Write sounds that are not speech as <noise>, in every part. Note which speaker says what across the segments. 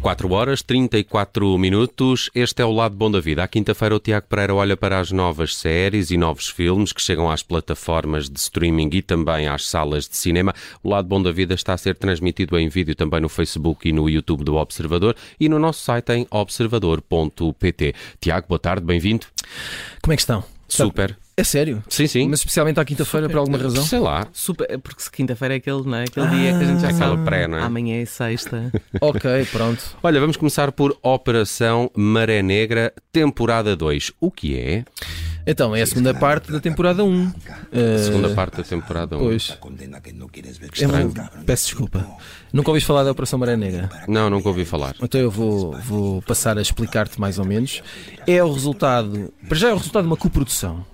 Speaker 1: 4 horas 34 minutos. Este é o Lado Bom da Vida. À quinta-feira, o Tiago Pereira olha para as novas séries e novos filmes que chegam às plataformas de streaming e também às salas de cinema. O Lado Bom da Vida está a ser transmitido em vídeo também no Facebook e no YouTube do Observador e no nosso site em observador.pt. Tiago, boa tarde, bem-vindo.
Speaker 2: Como é que estão?
Speaker 1: Super.
Speaker 2: É sério?
Speaker 1: Sim, sim.
Speaker 2: Mas especialmente à quinta-feira, por
Speaker 1: <laughs>
Speaker 2: alguma razão?
Speaker 1: Sei lá.
Speaker 3: Super, é porque se quinta-feira é aquele, não é? Aquele dia que a gente
Speaker 2: Ah,
Speaker 3: já
Speaker 1: aquela
Speaker 3: sabe.
Speaker 1: pré, não é?
Speaker 3: Amanhã é sexta.
Speaker 2: ok, pronto.
Speaker 1: Olha, vamos começar por Operação Maré Negra, temporada 2. O que é
Speaker 2: Então, é a segunda parte da temporada 1.
Speaker 1: a segunda parte da temporada 1?
Speaker 2: Eh, Pois.
Speaker 4: condena que no quieres ver.
Speaker 2: Eu vou- É um- peço desculpa. Nunca ouviste falar da Operação Maré Negra?
Speaker 1: Não, nunca ouvi falar.
Speaker 2: Então eu vou, vou passar a explicar-te mais ou menos. É o resultado. Para já é o resultado de uma coprodução.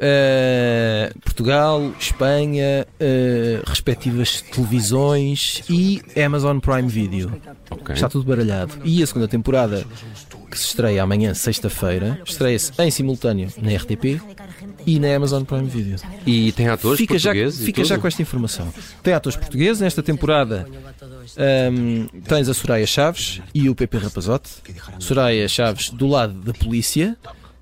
Speaker 2: Eh, Portugal, Espanha, eh, respectivas televisões e Amazon Prime Video.
Speaker 1: Ok.
Speaker 2: Está tudo baralhado. E a segunda temporada, que se estreia amanhã, sexta-feira, estreia-se em simultâneo na RTP e na Amazon Prime Video.
Speaker 1: E tem atores
Speaker 2: Fica, já,
Speaker 1: portugueses e
Speaker 2: fica já
Speaker 1: tudo?
Speaker 2: com esta informação. Tem atores portugueses nesta temporada. hum, tens a Soraya Chaves e o Pepe Rapazote. Soraya Chaves do lado da polícia,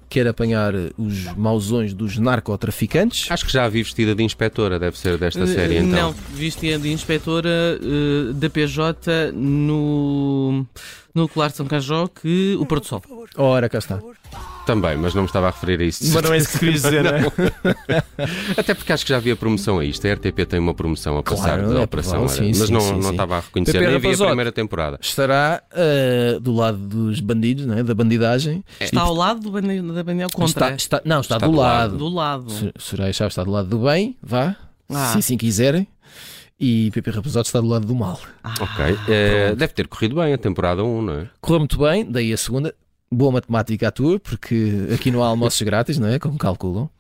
Speaker 2: quer apanhar os mausões dos narcotraficantes.
Speaker 1: Acho que já a vi vestida de inspetora, deve ser
Speaker 2: Eh,
Speaker 1: desta série então.
Speaker 3: Eh, Não, vestia de inspetora eh, da PJ no, no Colar de São Cajó que o Porto Sol.
Speaker 2: Ora, cá está.
Speaker 1: Também, mas não me estava a referir a isso.
Speaker 2: não é isso que queria dizer, não é?
Speaker 1: Até porque acho que já havia promoção a isto. A RTP tem uma promoção a passar
Speaker 2: Claro,
Speaker 1: da
Speaker 2: é
Speaker 1: Operação
Speaker 2: provável,
Speaker 1: Era.
Speaker 2: sim,
Speaker 1: mas
Speaker 2: sim,
Speaker 1: não,
Speaker 2: sim,
Speaker 1: não
Speaker 2: sim.
Speaker 1: estava a reconhecer.
Speaker 2: Pepe
Speaker 1: Nem vi a
Speaker 2: Rapazote.
Speaker 1: primeira temporada.
Speaker 2: Estará ah, do lado dos bandidos, não é? da bandidagem.
Speaker 3: Está ao lado do Bane- da Banel
Speaker 2: Está-
Speaker 3: Contra.
Speaker 2: está- não, está,
Speaker 1: Está
Speaker 2: do,
Speaker 1: do
Speaker 2: lado.
Speaker 3: Do lado.
Speaker 2: Sor- Soraya Chaves está do lado do bem, vá,
Speaker 3: Ah.
Speaker 2: se assim quiserem. E Pepe Rapazote está do lado do mal.
Speaker 3: Ah,
Speaker 1: Ok. Eh, deve ter corrido bem a temporada 1, não é?
Speaker 2: Correu muito bem, daí a segunda. Boa matemática à tua, porque aqui não há almoços grátis, não é? Como calculam.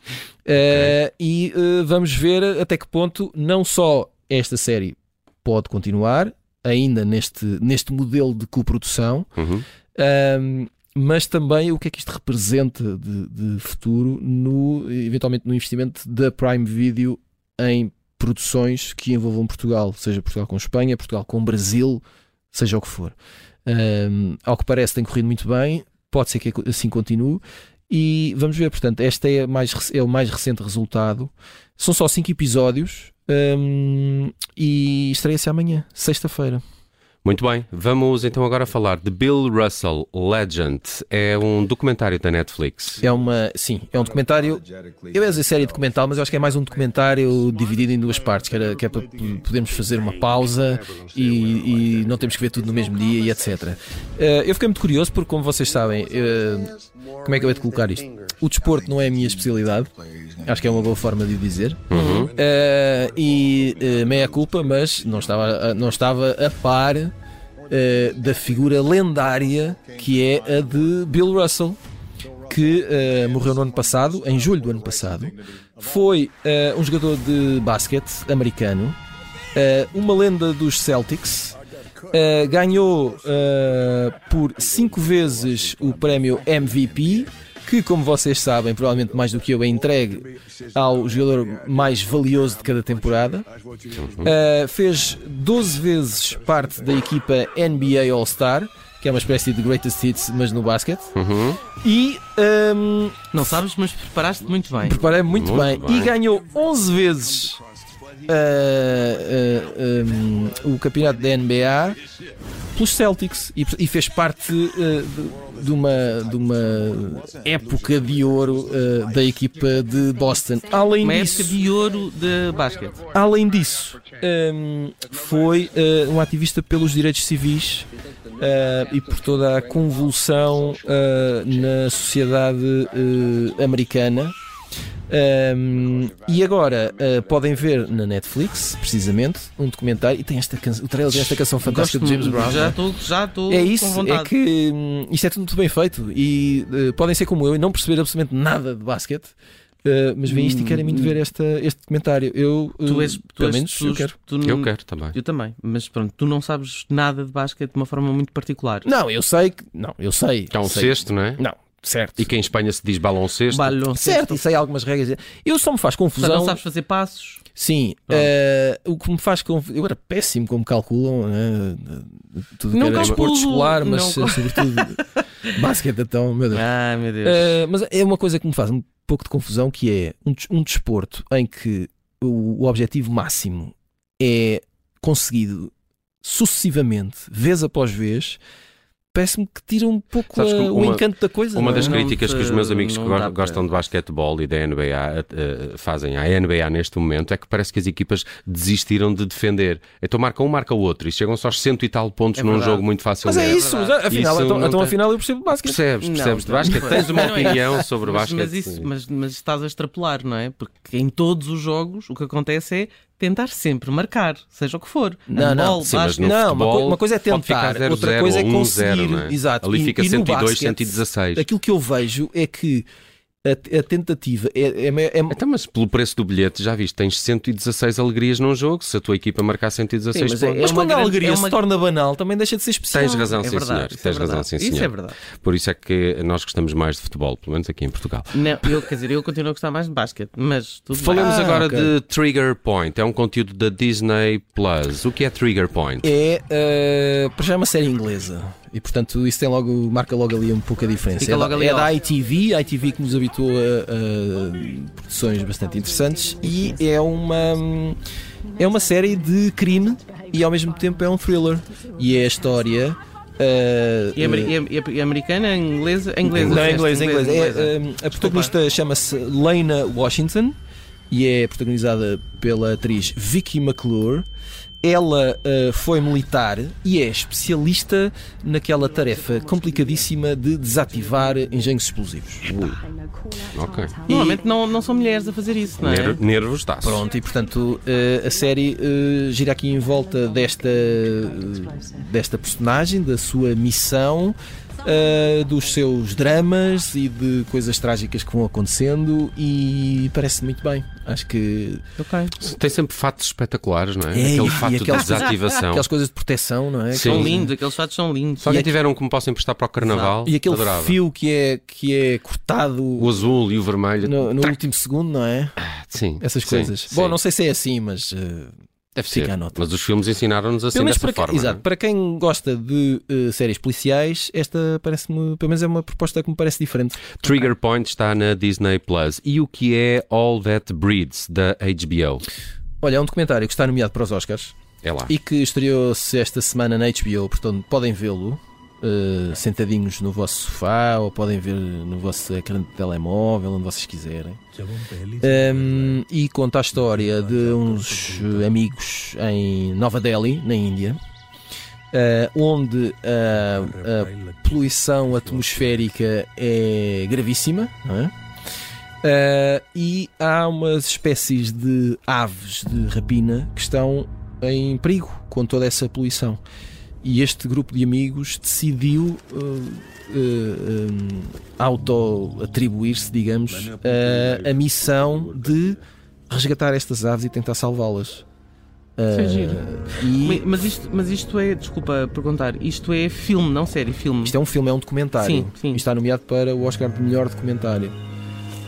Speaker 2: Eh, e eh, vamos ver até que ponto não só esta série pode continuar, ainda neste, neste modelo de coprodução,
Speaker 1: Uhum.
Speaker 2: Ahm, mas também o que é que isto representa de, de futuro no, eventualmente no investimento da Prime Video em produções que envolvam Portugal, seja Portugal com Espanha, Portugal com Brasil, seja o que for. Ahm, ao que parece tem corrido muito bem, pode ser que assim continue. E vamos ver, portanto, este é, a mais, rec- é o mais recente resultado. São só cinco episódios ahm, e estreia-se amanhã, sexta-feira.
Speaker 1: Muito bem, vamos então agora falar de Bill Russell Legend. É um documentário da Netflix.
Speaker 2: É uma, sim, é um documentário. Eu ia dizer série documental, mas eu acho que é mais um documentário dividido em duas partes, que, era, que é para p- podermos fazer uma pausa e, e não temos que ver tudo no mesmo dia e etc. Eh, eu fiquei muito curioso porque, como vocês sabem, eh, como é que eu hei de colocar isto? O desporto não é a minha especialidade, acho que é uma boa forma de o dizer. Eh, e eh, meia culpa, mas não estava, a- não estava a par eh, da figura lendária que é a de Bill Russell que eh, morreu no ano passado, em julho do ano passado, foi eh, um jogador de basquete americano, eh, uma lenda dos Celtics, eh, ganhou eh, por cinco vezes o prémio MVP. Que, como vocês sabem, provavelmente mais do que eu, é entregue ao jogador mais valioso de cada temporada. Uh, fez 12 vezes parte da equipa NBA All-Star, que é uma espécie de greatest hits, mas no basquete.
Speaker 1: Uhum.
Speaker 2: E um,
Speaker 3: Não sabes, mas preparaste muito bem.
Speaker 2: preparei-me é muito,
Speaker 1: Muito
Speaker 2: bem.
Speaker 1: bem.
Speaker 2: E ganhou 11 vezes uh, uh, um, o campeonato da NBA pelos Celtics e, e fez parte uh, de, de uma, de uma época de ouro uh, da equipa de Boston. Além
Speaker 3: Uma
Speaker 2: disso,
Speaker 3: época de ouro de basquete.
Speaker 2: Além disso, hum, foi uh, um ativista pelos direitos civis uh, e por toda a convulsão uh, na sociedade uh, americana. Hum, e agora uh, podem ver na Netflix, precisamente, um documentário e tem esta can- o trailer desta canção fantástica do
Speaker 3: Gosto
Speaker 2: James
Speaker 3: muito,
Speaker 2: Brown. né?
Speaker 3: Já estou já estou
Speaker 2: É
Speaker 3: com
Speaker 2: isso, é
Speaker 3: vontade.
Speaker 2: que hum, isto é tudo muito bem feito e eh, podem ser como eu e não perceber absolutamente nada de basquete, eh, mas veem isto e querem muito ver esta, este documentário. Eu,
Speaker 3: Hum. Tu
Speaker 2: eh,
Speaker 3: és, tu
Speaker 2: pelo
Speaker 3: és,
Speaker 2: menos,
Speaker 3: tu,
Speaker 2: eu quero.
Speaker 3: tu não-
Speaker 1: Eu quero também.
Speaker 3: Eu também, mas pronto, tu não sabes nada de basquete de uma forma muito particular.
Speaker 2: Não, eu sei que. Não, eu sei.
Speaker 1: É um
Speaker 2: sei.
Speaker 1: sexto, não é?
Speaker 2: Não, Certo.
Speaker 1: E que é em Espanha se diz um baloncesto.
Speaker 3: Balão,
Speaker 2: Certo, e sei algumas regras. Eu só me faz
Speaker 3: Portanto,
Speaker 2: confusão.
Speaker 3: não sabes fazer passos.
Speaker 2: Sim, eh, o que me faz conf... Eu era péssimo como calculam né, tudo
Speaker 3: Não
Speaker 2: que era
Speaker 3: calculo,
Speaker 2: desporto escolar, mas
Speaker 3: não-
Speaker 2: eh, sobretudo
Speaker 3: <laughs>
Speaker 2: basquete, então, meu Deus.
Speaker 3: Ah, meu Deus.
Speaker 2: Eh, mas é uma coisa que me faz um pouco de confusão que é um, des- um desporto em que o, o objetivo máximo é conseguido sucessivamente, vez após vez, parece-me que tira um pouco
Speaker 1: Sabes que
Speaker 2: a- o
Speaker 1: uma-
Speaker 2: encanto da coisa.
Speaker 1: Uma
Speaker 2: não é?
Speaker 1: das
Speaker 3: Não
Speaker 1: críticas que os meus
Speaker 3: te-
Speaker 1: amigos que
Speaker 3: não
Speaker 1: go-
Speaker 3: dá para-
Speaker 1: gostam de basquetebol e da NBA eh, eh, fazem à NBA neste momento é que parece que as equipas desistiram de defender. Então marca um, marca o outro e chegam só aos cento e tal pontos
Speaker 3: É
Speaker 1: num
Speaker 3: verdade.
Speaker 1: jogo muito
Speaker 2: Mas
Speaker 1: facilmente.
Speaker 2: é isso,
Speaker 3: verdade.
Speaker 2: afinal,
Speaker 1: Isso
Speaker 2: então,
Speaker 1: não
Speaker 2: então
Speaker 1: tem-
Speaker 2: afinal eu percebo basquete.
Speaker 1: Percebes,
Speaker 3: Não,
Speaker 1: percebes de
Speaker 3: não
Speaker 1: basquete?
Speaker 3: foi.
Speaker 1: Tens uma
Speaker 3: <laughs> Não é isso.
Speaker 1: opinião sobre
Speaker 3: mas,
Speaker 1: basquete?
Speaker 3: mas, isso, mas, mas estás a extrapolar, não é? Porque em todos os jogos o que acontece é tentar sempre marcar, seja o que for.
Speaker 2: Não, não.
Speaker 3: Handball,
Speaker 1: Sim, mas
Speaker 3: basquete,
Speaker 1: no
Speaker 2: não, uma,
Speaker 1: futebol
Speaker 2: coi- uma coisa é
Speaker 1: pode ficar
Speaker 2: tentar,
Speaker 1: 0-0
Speaker 2: outra coisa é
Speaker 1: ou 1-0,
Speaker 2: conseguir.
Speaker 1: não é?
Speaker 2: Exato.
Speaker 1: Ali
Speaker 2: E-
Speaker 1: fica
Speaker 2: e no
Speaker 1: 102,
Speaker 2: basquete,
Speaker 1: 116.
Speaker 2: Aquilo que eu vejo é que a, a tentativa é, é, é-
Speaker 1: Então, mas pelo preço do bilhete, já viste, tens 116 alegrias num jogo. Se a tua equipa marcar 116
Speaker 3: Sim, mas é-
Speaker 1: pontos,
Speaker 2: Mas quando a
Speaker 3: grande-
Speaker 2: alegria
Speaker 3: é uma-
Speaker 2: se torna banal, também deixa de ser especial.
Speaker 1: tens razão,
Speaker 3: é
Speaker 1: sim,
Speaker 3: verdade,
Speaker 1: senhor.
Speaker 3: isso é
Speaker 1: Tens razão,
Speaker 3: verdade.
Speaker 1: sim,
Speaker 3: Isso
Speaker 1: senhor.
Speaker 3: é verdade.
Speaker 1: Por isso é que nós gostamos mais de futebol, pelo menos aqui em Portugal.
Speaker 3: Não, eu, quer dizer, eu continuo a gostar mais de basquete, mas tudo bem.
Speaker 1: Falemos
Speaker 2: Ah,
Speaker 1: agora
Speaker 2: ok.
Speaker 1: de Trigger Point. É um conteúdo da Disney Plus. O que é Trigger Point?
Speaker 2: É, eh, para já é uma série inglesa e portanto isso tem logo, marca logo ali um pouco a diferença.
Speaker 3: Fica
Speaker 2: é, da-
Speaker 3: logo ali,
Speaker 2: é da
Speaker 3: ó.
Speaker 2: ITV, a ITV que nos habituou a, a produções bastante interessantes e é uma hum, é uma série de crime e ao mesmo tempo é um thriller e é a história eh,
Speaker 3: E, ameri- e- e- e americana, inglesa, inglesa.
Speaker 2: Não, é inglês,
Speaker 3: disseste,
Speaker 2: é inglês. É, hum, a protagonista chama-se Lena Washington e é protagonizada pela atriz Vicky McClure. Ela uh, foi militar e é especialista naquela tarefa complicadíssima de desativar engenhos explosivos.
Speaker 1: Ok.
Speaker 3: Normalmente não, não são mulheres a fazer isso, não é?
Speaker 1: Ner nervos dá
Speaker 2: Pronto, e portanto eh, a série eh, gira aqui em volta desta, eh, desta personagem, da sua missão, eh, dos seus dramas e de coisas trágicas que vão acontecendo e parece muito bem. Acho que
Speaker 3: Ok.
Speaker 1: Tem sempre fatos espetaculares, não é?
Speaker 2: É,
Speaker 1: Aquele
Speaker 2: e
Speaker 1: fato de
Speaker 2: aquelas-
Speaker 1: desativação.
Speaker 2: aquelas coisas de proteção, não é?
Speaker 1: Sim.
Speaker 3: São lindos, aqueles fatos são lindos.
Speaker 1: Só que tiveram um que me possam emprestar para o carnaval.
Speaker 2: E aquele
Speaker 1: adorava.
Speaker 2: fio que é, que é
Speaker 1: O
Speaker 2: cortado
Speaker 1: azul e o vermelho.
Speaker 2: no, no último segundo, não é?
Speaker 1: Sim.
Speaker 2: Essas
Speaker 1: sim,
Speaker 2: coisas.
Speaker 1: sim.
Speaker 2: Bom, não sei se é assim, mas eh,
Speaker 1: Deve
Speaker 2: fica
Speaker 1: ser.
Speaker 2: a nota.
Speaker 1: Mas os filmes ensinaram-nos assim
Speaker 2: Pelo menos
Speaker 1: dessa
Speaker 2: para, quem-
Speaker 1: forma.
Speaker 2: exato,
Speaker 1: não é?
Speaker 2: para quem gosta de eh, séries policiais, esta parece-me, pelo menos é uma proposta que me parece diferente.
Speaker 1: Trigger Point está na Disney Plus. E o que é All That Breeds da HBO?
Speaker 2: Olha, é um documentário que está nomeado para os Oscars
Speaker 1: É lá.
Speaker 2: e que estreou-se esta semana na HBO, portanto podem vê-lo eh, sentadinhos no vosso sofá ou podem ver no vosso ecrã de telemóvel, onde vocês quiserem. Ehm, e conta a história de uns eh, amigos em Nova Delhi, na Índia, eh, onde ah, a poluição atmosférica é gravíssima, não é? Ah, e há umas espécies de aves de rapina que estão em perigo com toda essa poluição. E este grupo de amigos decidiu ah, ah, ah, auto-atribuir-se, digamos, ah, a missão de resgatar estas aves e tentar salvá-las.
Speaker 3: Isso é
Speaker 2: Ah,
Speaker 3: giro.
Speaker 2: e
Speaker 3: Mas- Mas isto, mas isto é, desculpa perguntar, isto é filme, não série, filme.
Speaker 2: Isto é um filme, é um documentário.
Speaker 3: Uhum. Sim, sim.
Speaker 2: E está nomeado para o Oscar de melhor documentário.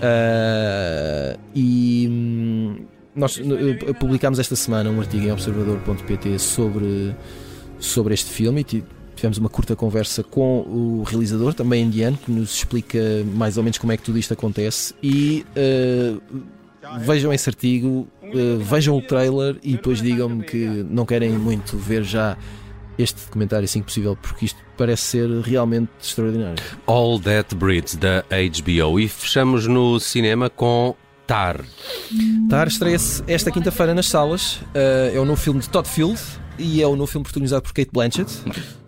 Speaker 2: Ah, e hum, nós eh, publicámos esta semana um artigo em observador.pt sobre, sobre este filme e ti- tivemos uma curta conversa com o realizador, também indiano, que nos explica mais ou menos como é que tudo isto acontece. E ah, vejam esse artigo, ah, vejam o trailer e depois digam-me que não querem muito ver já este documentário assim que possível, porque isto parece ser realmente extraordinário.
Speaker 1: All That Breeds da HBO. E fechamos no cinema com Tar.
Speaker 2: Tar estreia-se esta quinta-feira nas salas. Uh, é o novo filme de Todd Field e é o novo filme protagonizado por Kate Blanchett.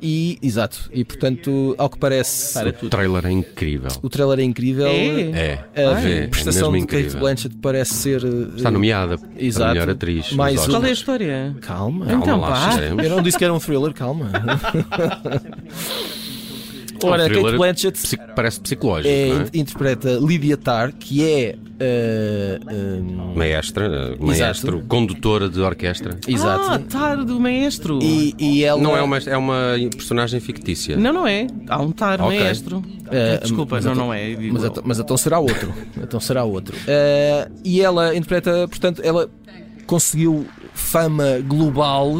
Speaker 2: E, exato, e portanto, ao que parece,
Speaker 1: O trailer é incrível.
Speaker 2: o trailer é incrível.
Speaker 3: É?
Speaker 1: É.
Speaker 2: A
Speaker 1: é, é
Speaker 2: prestação
Speaker 1: mesmo
Speaker 2: de Kate
Speaker 1: incrível.
Speaker 2: Blanchett parece ser. uh,
Speaker 1: Está nomeada
Speaker 2: Exato.
Speaker 1: a melhor atriz. nos
Speaker 2: Mais
Speaker 1: Oscars.
Speaker 3: Qual é a história?
Speaker 2: Calma.
Speaker 1: Calma
Speaker 3: Então,
Speaker 1: lá, é um
Speaker 3: pá.
Speaker 1: estaremos.
Speaker 2: Eu não disse que era um thriller, calma.
Speaker 3: é
Speaker 2: Ora, Kate
Speaker 1: thriller
Speaker 2: Blanchett
Speaker 1: psi- parece psicológico,
Speaker 2: é,
Speaker 1: não é?
Speaker 2: in- interpreta Lydia Tarr, que é. ah, ah,
Speaker 1: Maestra, eh, maestro, condutora de orquestra.
Speaker 3: Ah,
Speaker 2: exato.
Speaker 3: Tar do maestro.
Speaker 2: E, e ela.
Speaker 1: Não é uma, é uma personagem fictícia.
Speaker 3: Não, não é. Há um Tar
Speaker 1: Ok.
Speaker 3: maestro.
Speaker 2: Ah,
Speaker 3: Desculpa,
Speaker 2: mas
Speaker 3: não,
Speaker 2: então-
Speaker 3: não é. digo
Speaker 2: Mas,
Speaker 3: eu.
Speaker 2: então- mas então será outro. <laughs> então será outro. Ah, e ela interpreta, portanto, ela conseguiu fama global.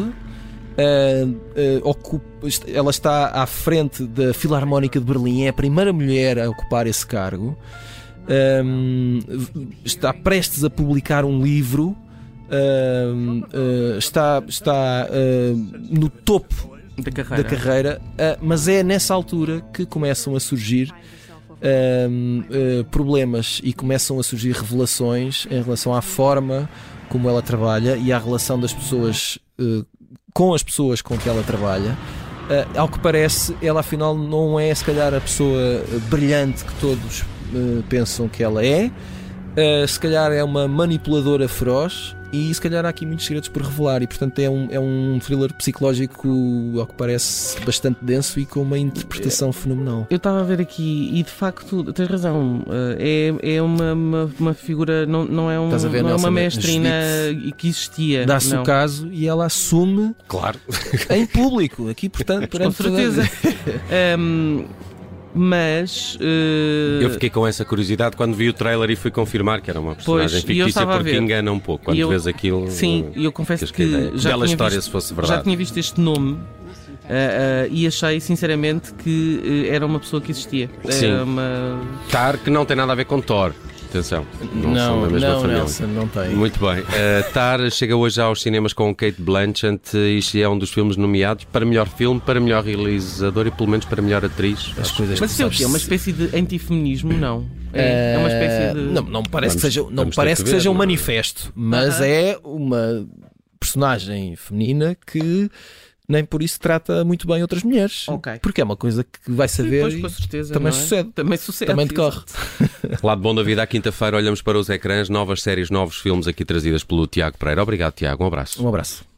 Speaker 2: ah, ah, ocupa- est- ela está à frente da Filarmónica de Berlim, é a primeira mulher a ocupar esse cargo. Ahm, está prestes a publicar um livro. ahm, ah, está está ah, no topo
Speaker 3: da
Speaker 2: da
Speaker 3: carreira.
Speaker 2: carreira, ah, mas é nessa altura que começam a surgir ahm, ah, problemas e começam a surgir revelações em relação à forma como ela trabalha e à relação das pessoas ah, com as pessoas com que ela trabalha. Ah, ao que parece, ela afinal não é se calhar a pessoa brilhante que todos ah, pensam que ela é. Uh, se calhar é uma manipuladora feroz e se calhar há aqui muitos segredos por revelar e portanto é um, é um thriller psicológico ao que parece bastante denso e com uma interpretação
Speaker 3: É.
Speaker 2: fenomenal
Speaker 3: Eu estava a ver aqui e de facto tens razão. eh, É, é uma, uma, uma figura, não, não é, um,
Speaker 2: Estás a ver,
Speaker 3: não é
Speaker 2: Nelson,
Speaker 3: uma
Speaker 2: né?
Speaker 3: mestrina
Speaker 2: Schmidt.
Speaker 3: que existia.
Speaker 2: dá-se
Speaker 3: É, não.
Speaker 2: o caso e ela assume
Speaker 1: Claro.
Speaker 2: em público aqui portanto
Speaker 3: <laughs> Com
Speaker 2: perante toda a-
Speaker 3: certeza. Ahm, mas. eh,
Speaker 1: Eu fiquei com essa curiosidade quando vi o trailer e fui confirmar que era uma personagem
Speaker 3: e eu
Speaker 1: fictícia
Speaker 3: estava a
Speaker 1: porque
Speaker 3: ver.
Speaker 1: engana um pouco.
Speaker 3: E
Speaker 1: Quando
Speaker 3: eu-
Speaker 1: vês aquilo.
Speaker 3: Sim,
Speaker 1: eh,
Speaker 3: e eu confesso
Speaker 1: ficas
Speaker 3: que,
Speaker 1: com a ideia.
Speaker 3: já,
Speaker 1: Bela
Speaker 3: tinha
Speaker 1: história,
Speaker 3: visto,
Speaker 1: se fosse
Speaker 3: já
Speaker 1: verdade.
Speaker 3: tinha visto este nome ah, ah, e achei sinceramente que eh, era uma pessoa que existia.
Speaker 1: Sim.
Speaker 3: Era uma.
Speaker 1: Tar que não tem nada a ver com Thor. Atenção. Não, são da mesma família.
Speaker 2: Nelson, não tem
Speaker 1: Muito bem. Eh, Tar chega hoje aos cinemas com Kate Blanchett eh, e é um dos filmes nomeados para melhor filme, para melhor realizador e pelo menos para melhor atriz.
Speaker 2: as coisas
Speaker 3: Mas
Speaker 2: que
Speaker 3: isso é o
Speaker 2: sabes-
Speaker 3: quê? É uma espécie de antifeminismo? Não. É, é uma espécie de.
Speaker 2: Não, não me parece
Speaker 1: Vamos-
Speaker 2: que seja, não me
Speaker 1: vamos ter
Speaker 2: parece
Speaker 1: que
Speaker 2: que,
Speaker 1: ver,
Speaker 2: seja um
Speaker 1: não é?
Speaker 2: manifesto, mas
Speaker 3: Aham.
Speaker 2: é uma personagem feminina que nem por isso trata muito bem outras mulheres.
Speaker 3: Ok.
Speaker 2: Porque é uma coisa que vai saber
Speaker 3: Pois, com certeza.
Speaker 2: também
Speaker 3: não é?
Speaker 2: sucede.
Speaker 3: Também
Speaker 2: e
Speaker 3: sucede.
Speaker 2: também
Speaker 3: <laughs>
Speaker 2: decorre.
Speaker 1: Lado bom da vida, à quinta-feira olhamos para os ecrãs, novas séries, novos filmes aqui trazidas pelo Tiago Pereira. Obrigado, Tiago. Um abraço.
Speaker 2: Um abraço.